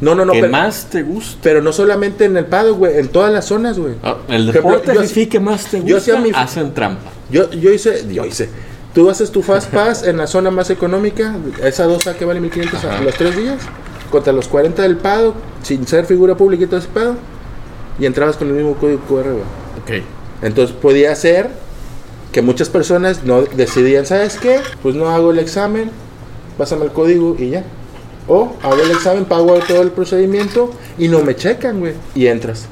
[SPEAKER 1] No, no, no,
[SPEAKER 2] que
[SPEAKER 1] pero,
[SPEAKER 2] más te gusta.
[SPEAKER 1] pero no solamente en el Pado, güey, en todas las zonas, güey.
[SPEAKER 2] Ah, el
[SPEAKER 1] Por ejemplo,
[SPEAKER 2] deporte
[SPEAKER 1] yo
[SPEAKER 2] fifí
[SPEAKER 1] hacía-
[SPEAKER 2] que más te
[SPEAKER 1] yo hacía
[SPEAKER 2] gusta
[SPEAKER 1] mi-
[SPEAKER 2] hacen trampa.
[SPEAKER 1] Yo, yo hice, yo hice. Tú haces tu Fast Pass en la zona más económica, esa dosa que vale 1500 a
[SPEAKER 2] Ajá.
[SPEAKER 1] los tres días, contra los 40 del Pado, sin ser figura pública y todo ese pedo, y entrabas con el mismo código QR, güey.
[SPEAKER 2] Ok.
[SPEAKER 1] Entonces podía ser que muchas personas no decidían, ¿sabes qué? Pues no hago el examen, pásame el código y ya. O hago el examen, pago todo el procedimiento y no me checan, güey. Y entras.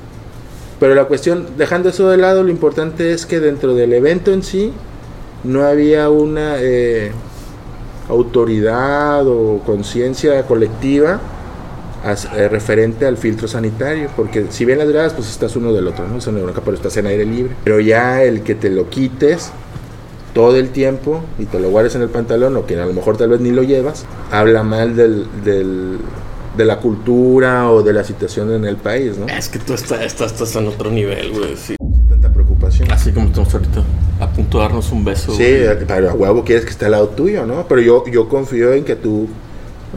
[SPEAKER 1] Pero la cuestión, dejando eso de lado, lo importante es que dentro del evento en sí no había una eh, autoridad o conciencia colectiva as- eh, referente al filtro sanitario, porque si bien las gradas, pues estás uno del otro, ¿no? Son Europa, pero estás en aire libre. Pero ya el que te lo quites todo el tiempo y te lo guardes en el pantalón, o que a lo mejor tal vez ni lo llevas, habla mal del, del- de la cultura o de la situación en el país, ¿no?
[SPEAKER 2] Es que tú estás, estás, estás en otro nivel, güey. sí.
[SPEAKER 1] Tanta preocupación.
[SPEAKER 2] Así como estamos ahorita, a punto de darnos un beso.
[SPEAKER 1] Sí,
[SPEAKER 2] güey.
[SPEAKER 1] pero a huevo quieres que esté al lado tuyo, ¿no? Pero yo, yo confío en que tú...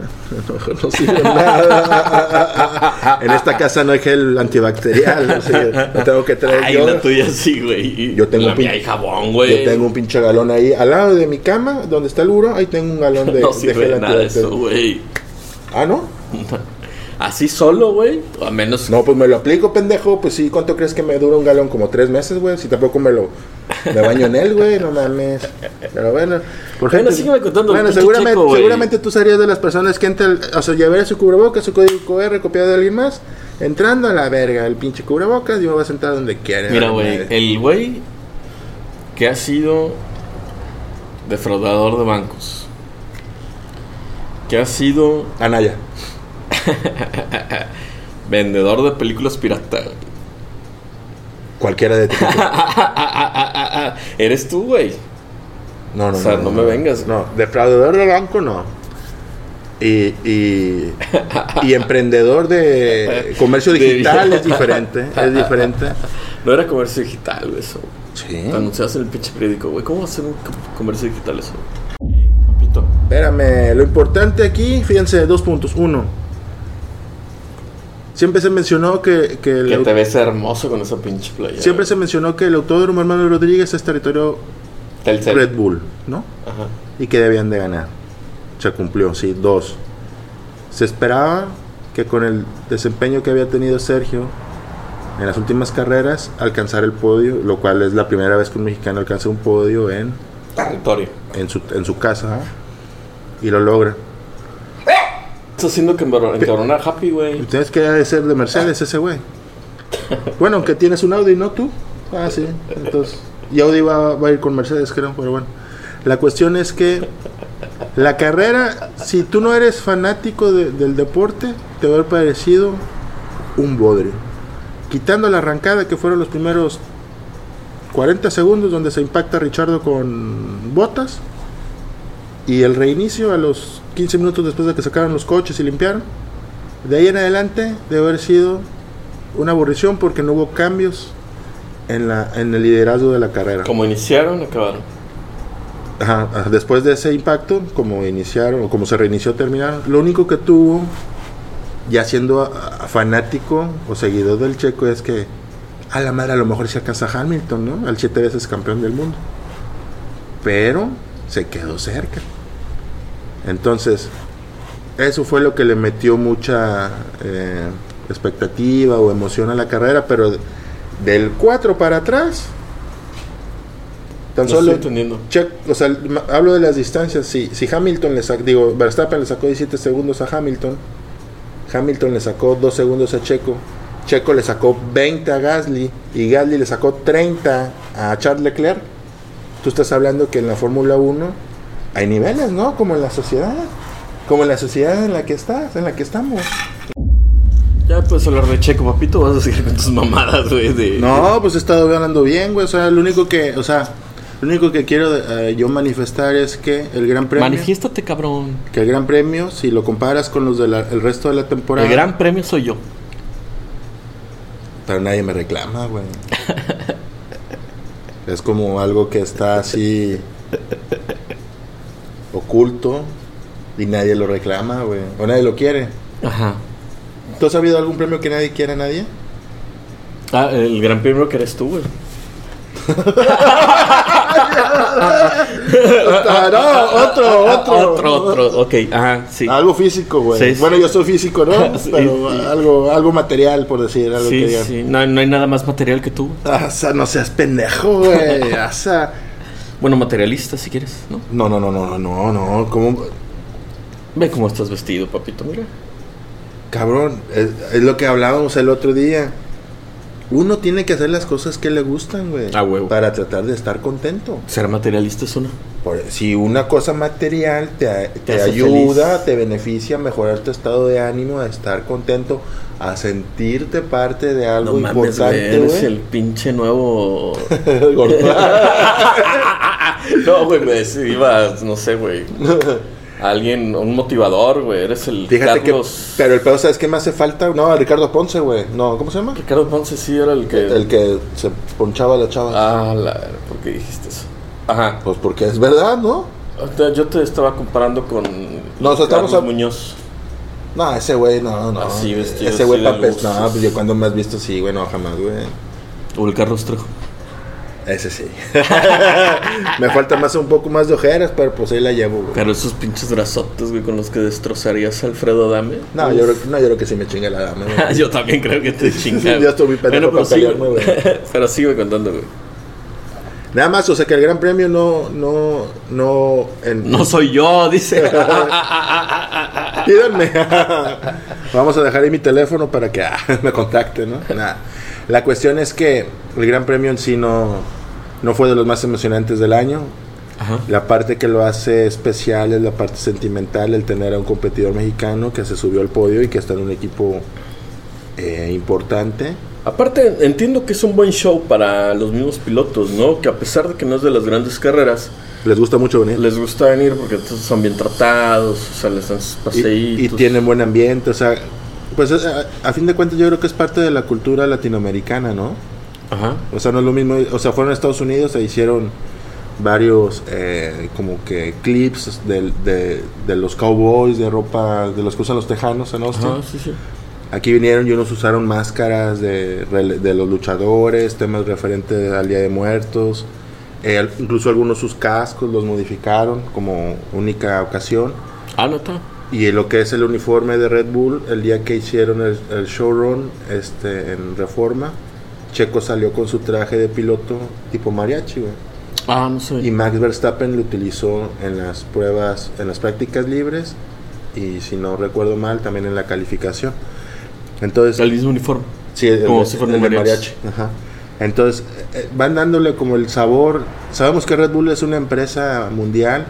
[SPEAKER 1] A lo mejor no sirve nada. en esta casa no hay gel antibacterial, o sea, no tengo que traer
[SPEAKER 2] Ay,
[SPEAKER 1] yo.
[SPEAKER 2] la tuya sí, güey.
[SPEAKER 1] Yo tengo
[SPEAKER 2] la
[SPEAKER 1] un pin-
[SPEAKER 2] mía hay jabón, güey.
[SPEAKER 1] Yo tengo un pinche galón ahí. Al lado de mi cama, donde está el uro, ahí tengo un galón de,
[SPEAKER 2] No
[SPEAKER 1] de
[SPEAKER 2] sirve de nada de eso, güey.
[SPEAKER 1] Ah, ¿no?
[SPEAKER 2] Así solo, güey. A menos
[SPEAKER 1] No, pues me lo aplico, pendejo. Pues sí, ¿cuánto crees que me dura un galón? Como tres meses, güey. Si tampoco me lo... Me baño en él, güey, no mames. Pero bueno. Por
[SPEAKER 2] Bueno, sígueme contando,
[SPEAKER 1] Bueno,
[SPEAKER 2] pinche
[SPEAKER 1] seguramente,
[SPEAKER 2] Checo, güey.
[SPEAKER 1] seguramente tú serías de las personas que entra, el- o sea, llevaría su cubrebocas, su código QR copiado de alguien más, entrando a la verga, el pinche cubrebocas, yo me voy a sentar donde quiera.
[SPEAKER 2] Mira,
[SPEAKER 1] la
[SPEAKER 2] güey,
[SPEAKER 1] madre.
[SPEAKER 2] el güey que ha sido defraudador de bancos, que ha sido
[SPEAKER 1] Anaya.
[SPEAKER 2] vendedor de películas pirata.
[SPEAKER 1] Cualquiera de ti.
[SPEAKER 2] Eres tú, güey.
[SPEAKER 1] No, no,
[SPEAKER 2] O sea, no me vengas.
[SPEAKER 1] No, defraudador de banco, no. Y, y, y emprendedor de comercio
[SPEAKER 2] De-
[SPEAKER 1] digital es diferente, es diferente.
[SPEAKER 2] No era comercio digital, güey, eso.
[SPEAKER 1] Sí.
[SPEAKER 2] Te anunciabas en el pinche periódico, güey. ¿Cómo va a ser un com- comercio digital eso? Papito.
[SPEAKER 1] Espérame, lo importante aquí, fíjense, dos puntos. Uno, siempre se mencionó que, que el
[SPEAKER 2] Que
[SPEAKER 1] au-
[SPEAKER 2] te ves hermoso con esa pinche playa.
[SPEAKER 1] siempre se mencionó que el autódromo Hermano Rodríguez es territorio
[SPEAKER 2] Telcel.
[SPEAKER 1] Red Bull, ¿no?
[SPEAKER 2] Ajá.
[SPEAKER 1] Y que debían de ganar. Se cumplió, sí. Dos, se esperaba que con el desempeño que había tenido Sergio en las últimas carreras alcanzar el podio, lo cual es la primera vez que un mexicano alcanza un podio en
[SPEAKER 2] Territorio.
[SPEAKER 1] en su, en su casa y lo logra.
[SPEAKER 2] Estás haciendo que embaro- encabronar Happy, güey.
[SPEAKER 1] Entonces, ¿qué ha de ser de Mercedes ese güey? Bueno, aunque tienes un Audi, ¿no tú? Ah, sí. Entonces, y Audi va, va a ir con Mercedes, creo, pero bueno. La cuestión es que la carrera, si tú no eres fanático de- del deporte, te va a haber parecido un bodrio. Quitando la arrancada, que fueron los primeros 40 segundos donde se impacta Richardo con botas, y el reinicio a los 15 minutos después de que sacaron los coches y limpiaron, de ahí en adelante debe haber sido una aburrición porque no hubo cambios en, la, en el liderazgo de la carrera.
[SPEAKER 2] Como iniciaron, acabaron.
[SPEAKER 1] Ajá, ajá, después de ese impacto, como iniciaron, o como se reinició, terminaron. Lo único que tuvo, ya siendo a- a- fanático o seguidor del checo, es que a la madre a lo mejor se alcanza a Hamilton, ¿no? Al siete veces campeón del mundo. Pero se quedó cerca. Entonces, eso fue lo que le metió mucha eh, expectativa o emoción a la carrera, pero del 4 para atrás, tan
[SPEAKER 2] No
[SPEAKER 1] solo.
[SPEAKER 2] estoy entendiendo.
[SPEAKER 1] Check, o sea, ma- hablo de las distancias. Si, si Hamilton le sacó, digo, Verstappen le sacó 17 segundos a Hamilton, Hamilton le sacó 2 segundos a Checo, Checo le sacó 20 a Gasly y Gasly le sacó 30 a Charles Leclerc. Tú estás hablando que en la Fórmula 1 hay niveles, ¿no? Como en la sociedad. Como en la sociedad en la que estás, en la que estamos.
[SPEAKER 2] Ya puedes hablar de Checo, papito, vas a seguir con tus mamadas, güey. De...
[SPEAKER 1] No, pues he estado ganando bien, güey. O sea, lo único que, o sea, lo único que quiero eh, yo manifestar es que el Gran Premio,
[SPEAKER 2] Manifiéstate, cabrón.
[SPEAKER 1] que el Gran Premio, si lo comparas con los del resto de la temporada,
[SPEAKER 2] El gran premio soy yo.
[SPEAKER 1] pero nadie me reclama, güey. es como algo que está así oculto y nadie lo reclama, güey. O nadie lo quiere.
[SPEAKER 2] Ajá.
[SPEAKER 1] ¿Tú has sabido algún premio que nadie quiere a nadie?
[SPEAKER 2] Ah, el gran premio que eres tú, güey.
[SPEAKER 1] Ah, no, otro, otro.
[SPEAKER 2] Ah,
[SPEAKER 1] Ah,
[SPEAKER 2] Otro, otro, ok, ajá, sí.
[SPEAKER 1] Algo físico, güey.
[SPEAKER 2] Sí, sí.
[SPEAKER 1] Bueno, yo soy físico, ¿no?
[SPEAKER 2] Sí,
[SPEAKER 1] Pero
[SPEAKER 2] sí.
[SPEAKER 1] algo, algo material, por decir, algo que
[SPEAKER 2] Sí,
[SPEAKER 1] digan.
[SPEAKER 2] sí, no, no hay nada más material que tú. güey.
[SPEAKER 1] Ah, o sea, no seas pendejo, güey. O sea,
[SPEAKER 2] Bueno, materialista si quieres, ¿no?
[SPEAKER 1] No, no, no, no, no, no, no. ¿Cómo?
[SPEAKER 2] Ve cómo estás vestido, papito, mira.
[SPEAKER 1] Cabrón, es, es lo que hablábamos el otro día. Uno tiene que hacer las cosas que le gustan, güey.
[SPEAKER 2] A huevo.
[SPEAKER 1] Para tratar de estar contento.
[SPEAKER 2] Ser materialista es una.
[SPEAKER 1] Por- si una cosa material te, a- te
[SPEAKER 2] hace
[SPEAKER 1] ayuda,
[SPEAKER 2] feliz.
[SPEAKER 1] te beneficia a mejorar tu estado de ánimo, a estar contento, a sentirte parte de algo
[SPEAKER 2] No mames, güey,
[SPEAKER 1] importante,
[SPEAKER 2] eres
[SPEAKER 1] güey.
[SPEAKER 2] el pinche nuevo...
[SPEAKER 1] Gordo.
[SPEAKER 2] no, güey, me des- iba, no sé, güey. Alguien, un motivador, güey. Eres el
[SPEAKER 1] Fíjate
[SPEAKER 2] Carlos...
[SPEAKER 1] que. Pero el pedo, ¿sabes qué me hace falta? No, Ricardo Ponce, güey. No, ¿cómo se llama?
[SPEAKER 2] Ricardo Ponce sí era el que...
[SPEAKER 1] El que se ponchaba a la chava.
[SPEAKER 2] Ah, la... ¿Por qué dijiste eso? Ajá.
[SPEAKER 1] Pues porque es verdad, ¿no?
[SPEAKER 2] Ahorita Yo te estaba comparando con...
[SPEAKER 1] No, o sea, estamos
[SPEAKER 2] Carlos
[SPEAKER 1] a-
[SPEAKER 2] Muñoz.
[SPEAKER 1] No, ese güey, no, no.
[SPEAKER 2] Así vestido,
[SPEAKER 1] ese güey
[SPEAKER 2] así de
[SPEAKER 1] papel.
[SPEAKER 2] luces.
[SPEAKER 1] No, pues yo cuando me has visto, sí, güey, no, jamás, güey.
[SPEAKER 2] O el Carlos Trejo.
[SPEAKER 1] Ese sí. me falta más un poco más de ojeras, pero pues ahí la llevo, güey.
[SPEAKER 2] Pero esos pinches brazotes, güey, con los que destrozarías a Alfredo Dame.
[SPEAKER 1] No, yo creo, no, yo creo que sí me chinga la dama, güey.
[SPEAKER 2] yo también creo que te chingas.
[SPEAKER 1] Yo estoy muy pendejo
[SPEAKER 2] pero
[SPEAKER 1] para
[SPEAKER 2] sigue,
[SPEAKER 1] pelearme, güey.
[SPEAKER 2] pero sigue contando, güey.
[SPEAKER 1] Nada más, o sea que el gran premio no, no, no. En...
[SPEAKER 2] No soy yo, dice.
[SPEAKER 1] Pídanme. Vamos a dejar ahí mi teléfono para que ah, me contacten, ¿no? Nah. La cuestión es que el Gran Premio en sí no, no fue de los más emocionantes del año.
[SPEAKER 2] Ajá.
[SPEAKER 1] La parte que lo hace especial es la parte sentimental, el tener a un competidor mexicano que se subió al podio y que está en un equipo eh, importante.
[SPEAKER 2] Aparte, entiendo que es un buen show para los mismos pilotos, ¿no? Que a pesar de que no es de las grandes carreras,
[SPEAKER 1] Les gusta mucho venir.
[SPEAKER 2] les gusta venir porque entonces son bien tratados, o sea, les dan sus
[SPEAKER 1] Y,
[SPEAKER 2] paseitos.
[SPEAKER 1] y tienen buen ambiente, o sea, pues a, a fin de cuentas yo creo que es parte de la cultura latinoamericana, ¿no?
[SPEAKER 2] Ajá.
[SPEAKER 1] O sea, no es lo mismo. O sea, fueron a Estados Unidos e hicieron varios eh, como que clips del- de, de los cowboys, de ropa, de los que usan los tejanos en Austin.
[SPEAKER 2] Ajá, sí, sí.
[SPEAKER 1] Aquí vinieron y unos usaron máscaras de, rele- de los luchadores, temas referentes al Día de Muertos. Eh, al- incluso algunos sus cascos los modificaron como única ocasión.
[SPEAKER 2] Ah, no está.
[SPEAKER 1] Y lo que es el uniforme de Red Bull, el día que hicieron el, el showrun este, en Reforma, Checo salió con su traje de piloto tipo mariachi, güey.
[SPEAKER 2] Ah, no sé.
[SPEAKER 1] Y Max Verstappen lo utilizó en las pruebas, en las prácticas libres y si no recuerdo mal, también en la calificación. Entonces,
[SPEAKER 2] El mismo uniforme.
[SPEAKER 1] Sí, el,
[SPEAKER 2] Como
[SPEAKER 1] el-
[SPEAKER 2] si fuera un
[SPEAKER 1] el de
[SPEAKER 2] mariachi.
[SPEAKER 1] Ajá. Entonces, eh, van dándole como el sabor. Sabemos que Red Bull es una empresa mundial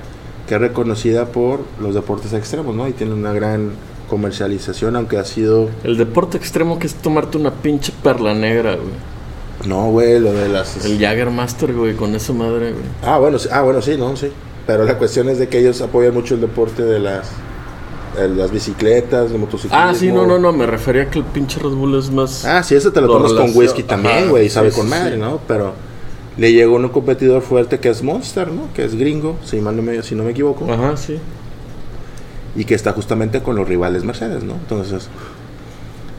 [SPEAKER 1] que es reconocida por los deportes extremos, ¿no? Y tiene una gran comercialización, aunque ha sido...
[SPEAKER 2] El deporte extremo que es tomarte una pinche perla negra, güey.
[SPEAKER 1] No, güey, lo de las...
[SPEAKER 2] El Jagger Master, güey, con esa madre, güey.
[SPEAKER 1] Ah, bueno, sí, ah, bueno, sí, no, sí. Pero la cuestión es de que ellos apoyan mucho el deporte de las... el- las bicicletas, de motocicletas.
[SPEAKER 2] Ah, sí, no, no, no, me refería que el pinche Red Bull es más...
[SPEAKER 1] Ah, sí, eso te lo,
[SPEAKER 2] Lo
[SPEAKER 1] tomas con
[SPEAKER 2] relacion-
[SPEAKER 1] whisky también,
[SPEAKER 2] Ajá,
[SPEAKER 1] güey, y
[SPEAKER 2] sí,
[SPEAKER 1] sabe
[SPEAKER 2] sí,
[SPEAKER 1] con
[SPEAKER 2] sí.
[SPEAKER 1] madre, ¿no? Pero le llegó un competidor fuerte que es Monster, ¿no? Que es gringo, si, mal no me, si no me equivoco,
[SPEAKER 2] Ajá, sí.
[SPEAKER 1] y que está justamente con los rivales Mercedes, ¿no? Entonces,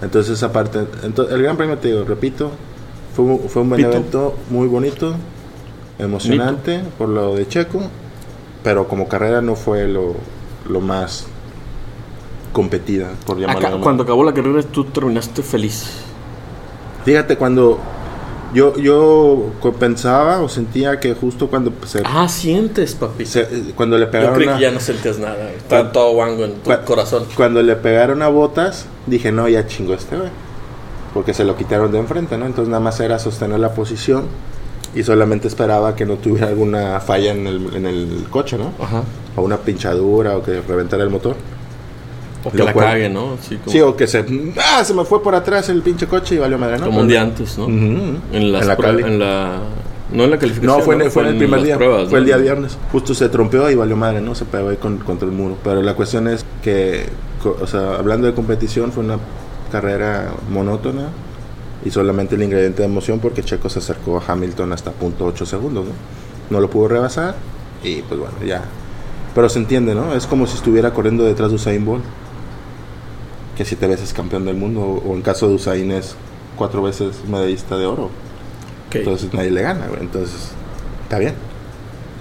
[SPEAKER 1] entonces esa parte, ento- el Gran Premio, te digo, repito, fue, un- fue un buen
[SPEAKER 2] Pito.
[SPEAKER 1] evento muy bonito, emocionante por lo de Checo, pero como carrera no fue lo, lo más competida, por llamarlo de
[SPEAKER 2] Acá-
[SPEAKER 1] alguna
[SPEAKER 2] cuando acabó la carrera tú terminaste feliz.
[SPEAKER 1] Fíjate, cuando yo, yo co- pensaba o sentía que justo cuando se,
[SPEAKER 2] Ah, sientes, papi.
[SPEAKER 1] se- cuando le
[SPEAKER 2] Yo
[SPEAKER 1] pegaron
[SPEAKER 2] creí
[SPEAKER 1] a,
[SPEAKER 2] que ya no sentías nada. güey. Estaba todo guango en tu
[SPEAKER 1] Cua-
[SPEAKER 2] corazón.
[SPEAKER 1] cuando le pegaron a botas, dije no ya chingó este güey. Porque se lo quitaron de enfrente, ¿no? Entonces nada más era sostener la posición y solamente esperaba que no tuviera alguna falla en el, en el coche, ¿no?
[SPEAKER 2] Ajá.
[SPEAKER 1] o una pinchadura o que reventara el motor.
[SPEAKER 2] O que
[SPEAKER 1] Lo
[SPEAKER 2] la
[SPEAKER 1] cual-
[SPEAKER 2] cague, ¿no? Sí, como,
[SPEAKER 1] Sí, o que se, ah, se me fue por atrás el pinche coche y valió madre, ¿no?
[SPEAKER 2] como un día antes, ¿no?
[SPEAKER 1] Ujú.
[SPEAKER 2] En, las
[SPEAKER 1] En la
[SPEAKER 2] prue-
[SPEAKER 1] Cali.
[SPEAKER 2] en la- No en la calificación.
[SPEAKER 1] No, fue, en, fue en el primer
[SPEAKER 2] las
[SPEAKER 1] día.
[SPEAKER 2] pruebas,
[SPEAKER 1] fue el
[SPEAKER 2] ¿no?
[SPEAKER 1] día viernes. Justo se trompeó y valió madre, ¿no? Se pegó ahí con- contra el muro. Pero la cuestión es que, co- o sea, hablando de competición, fue una carrera monótona y solamente el ingrediente de emoción porque Checo se acercó a Hamilton hasta .8 segundos, ¿no? No lo pudo rebasar y pues bueno, ya. Pero se entiende, ¿no? Es como si estuviera corriendo detrás de Usain Bolt, que siete veces campeón del mundo, o en caso de Usain es cuatro veces medallista de oro.
[SPEAKER 2] Ok.
[SPEAKER 1] Entonces nadie le gana, güey. Entonces, está bien.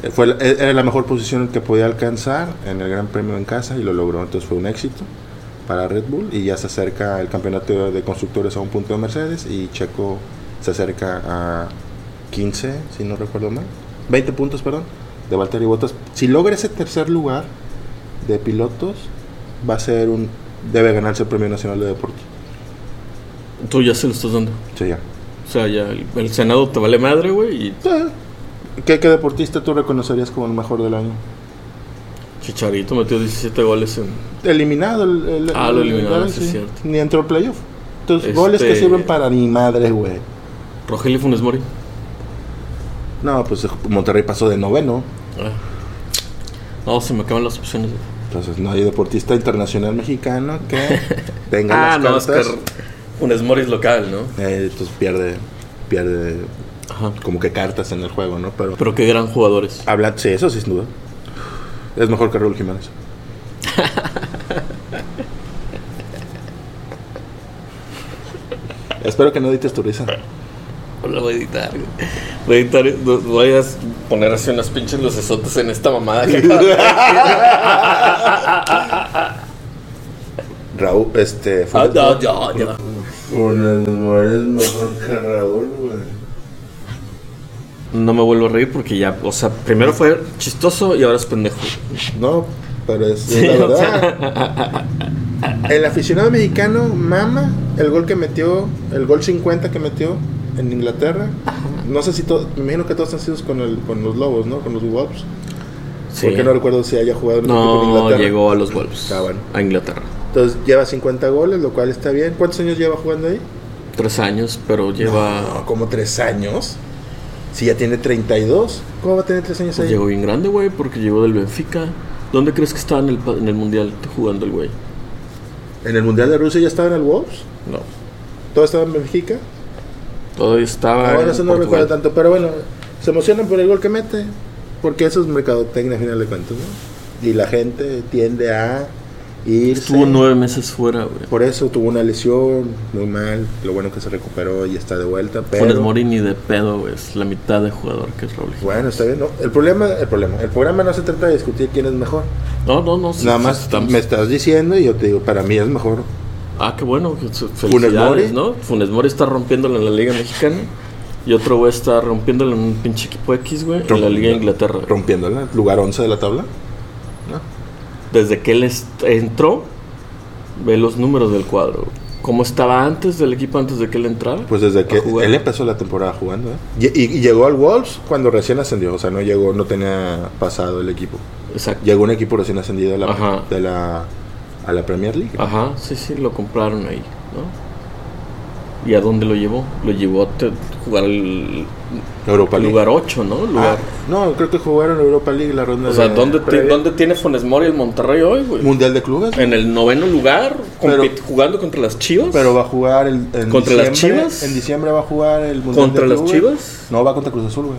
[SPEAKER 1] Eh, Fue la- eh, era la mejor posición que podía alcanzar en el Gran Premio en casa y lo logró. Entonces fue un éxito para Red Bull y ya se acerca el campeonato de constructores a un punto de Mercedes y Checo se acerca a 15, si no recuerdo mal. 20 puntos, perdón, de Valtteri Bottas. Si logra ese tercer lugar de pilotos, va a ser un... Debe ganarse el Premio Nacional de Deporte.
[SPEAKER 2] Tú ya se lo estás dando.
[SPEAKER 1] Sí, ya.
[SPEAKER 2] O sea, ya el, el Senado te vale madre, güey, y
[SPEAKER 1] Eh, ¿Qué, ¿Qué deportista tú reconocerías como el mejor del año?
[SPEAKER 2] Chicharito metió 17 goles en...
[SPEAKER 1] eliminado. El, el-
[SPEAKER 2] Ah, lo
[SPEAKER 1] el-
[SPEAKER 2] eliminaron, sí,
[SPEAKER 1] sí.
[SPEAKER 2] es cierto.
[SPEAKER 1] Ni entró al playoff. Entonces,
[SPEAKER 2] Este-
[SPEAKER 1] goles que sirven para ni madre, güey.
[SPEAKER 2] Rogelio Funes Mori.
[SPEAKER 1] No, pues Monterrey pasó de noveno.
[SPEAKER 2] Ah. No, se me acaban las opciones. güey.
[SPEAKER 1] Entonces, no hay deportista internacional mexicano que tenga
[SPEAKER 2] Ah,
[SPEAKER 1] las
[SPEAKER 2] no, es que
[SPEAKER 1] cartas.
[SPEAKER 2] Funes Mori es local, ¿no?
[SPEAKER 1] Eh, entonces pierde, pierde
[SPEAKER 2] Ajá.
[SPEAKER 1] como que cartas en el juego, ¿no? Pero,
[SPEAKER 2] Pero qué gran jugadores.
[SPEAKER 1] habla, sí, eso sí, sin duda. Es mejor que Raúl Jiménez. Espero que no edites tu risa.
[SPEAKER 2] Lo voy a editar, güey. Voy a editar, no- voy a poner así unas pinches lucesotas en esta mamada que acabo de-
[SPEAKER 1] Raúl, este.
[SPEAKER 2] Ah,
[SPEAKER 1] Funes
[SPEAKER 2] no, ya, ya.
[SPEAKER 1] Funes Mori es mejor que Raúl, güey.
[SPEAKER 2] No me vuelvo a reír porque ya, o sea, primero fue chistoso y ahora es pendejo.
[SPEAKER 1] No, pero es, es
[SPEAKER 2] Sí,
[SPEAKER 1] la
[SPEAKER 2] o
[SPEAKER 1] verdad. El aficionado mexicano mama el gol que metió, el gol 50 que metió en Inglaterra. No sé si todos, me imagino que todos han sido con, el, con los Lobos, ¿no? Con los Wolves.
[SPEAKER 2] Sí.
[SPEAKER 1] Porque no recuerdo si haya jugado en un equipo en
[SPEAKER 2] No,
[SPEAKER 1] Inglaterra.
[SPEAKER 2] llegó a los Wolves.
[SPEAKER 1] Ah, bueno.
[SPEAKER 2] A Inglaterra.
[SPEAKER 1] Entonces lleva 50 goles, lo cual está bien. ¿Cuántos años lleva jugando ahí?
[SPEAKER 2] Tres años, pero lleva.
[SPEAKER 1] No, como 3 años. Si ya tiene 32, ¿cómo va a tener 3 años ahí?
[SPEAKER 2] Pues Llegó bien grande, güey, porque llegó del Benfica. ¿Dónde crees que estaba en el, pa- en el mundial jugando el güey?
[SPEAKER 1] En el Mundial de Rusia ya estaba en el Wolves.
[SPEAKER 2] No.
[SPEAKER 1] Todo estaba en Bélgica.
[SPEAKER 2] Todavía estaba.
[SPEAKER 1] Ahora
[SPEAKER 2] Ah, en
[SPEAKER 1] eso no
[SPEAKER 2] Portugal.
[SPEAKER 1] recuerdo tanto, pero bueno, se emocionan por el gol que mete, porque eso es mercadotecnia al final de cuentas, ¿no? Y la gente tiende a irse.
[SPEAKER 2] Estuvo nueve meses fuera, güey.
[SPEAKER 1] Por eso tuvo una lesión muy mal, lo bueno que se recuperó y está de vuelta, pero
[SPEAKER 2] Funes Mori ni de pedo, güey. Es la mitad de jugador que es Raúl. Jiménez.
[SPEAKER 1] bueno, está bien, ¿no? El problema, el problema, el programa no se trata de discutir quién es mejor.
[SPEAKER 2] No, no, no. sí,
[SPEAKER 1] Nada
[SPEAKER 2] sí,
[SPEAKER 1] más
[SPEAKER 2] estamos-
[SPEAKER 1] me estás diciendo y yo te digo, para mí es mejor.
[SPEAKER 2] Ah, qué bueno. que se-
[SPEAKER 1] Funes Mori.
[SPEAKER 2] Felicidades, ¿no? Funes Mori está rompiéndolo en la Liga Mexicana. Y otro güey está rompiéndolo en un pinche equipo X, güey. En la Liga de Inglaterra.
[SPEAKER 1] Rompiéndola, lugar 11 de la tabla. ¿no?
[SPEAKER 2] Desde que él est- entró, ve los números del cuadro. güey. ¿Cómo estaba antes del equipo antes de que él entrara?
[SPEAKER 1] Pues desde que
[SPEAKER 2] A jugar.
[SPEAKER 1] él empezó la temporada jugando, ¿eh? Y, y- y llegó al Wolves cuando recién ascendió, o sea, no llegó, no tenía pasado el equipo.
[SPEAKER 2] Exacto.
[SPEAKER 1] Llegó un equipo recién ascendido a la,
[SPEAKER 2] Ajá. Ah,
[SPEAKER 1] de la, a la Premier League.
[SPEAKER 2] Ajá, sí, sí, lo compraron ahí, ¿no? ¿Y a dónde lo llevó? Lo llevó a te- jugar el
[SPEAKER 1] Europa League.
[SPEAKER 2] lugar 8, ¿no?
[SPEAKER 1] Ah,
[SPEAKER 2] Lugar.
[SPEAKER 1] no, creo que jugaron Europa League la ronda
[SPEAKER 2] o sea,
[SPEAKER 1] de
[SPEAKER 2] ¿dónde, ti-
[SPEAKER 1] previa.
[SPEAKER 2] ¿dónde Eh, tiene Funes Mori el Monterrey hoy, güey?
[SPEAKER 1] Mundial de clubes.
[SPEAKER 2] En el noveno lugar,
[SPEAKER 1] Pero-
[SPEAKER 2] compit- jugando contra las Chivas.
[SPEAKER 1] Pero va a jugar el, en
[SPEAKER 2] ¿Contra las
[SPEAKER 1] diciembre-
[SPEAKER 2] Chivas?
[SPEAKER 1] En diciembre va a jugar el Mundial
[SPEAKER 2] ¿Contra
[SPEAKER 1] de
[SPEAKER 2] las
[SPEAKER 1] clubes.
[SPEAKER 2] Chivas?
[SPEAKER 1] No, va contra Cruz Azul, güey.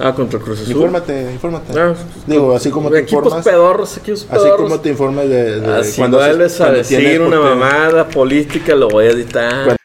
[SPEAKER 2] Ah, contra Cruz Azul.
[SPEAKER 1] Infórmate, infórmate.
[SPEAKER 2] Ah,
[SPEAKER 1] Digo, así como te
[SPEAKER 2] equipos
[SPEAKER 1] informas.
[SPEAKER 2] pedorros, equipos
[SPEAKER 1] Así
[SPEAKER 2] pedorros.
[SPEAKER 1] como te informas de, de
[SPEAKER 2] Ah, si
[SPEAKER 1] cuando haces-
[SPEAKER 2] vuelves a
[SPEAKER 1] cuando
[SPEAKER 2] decir
[SPEAKER 1] tienes
[SPEAKER 2] una
[SPEAKER 1] portero.
[SPEAKER 2] mamada política, lo voy a editar.
[SPEAKER 1] Cuando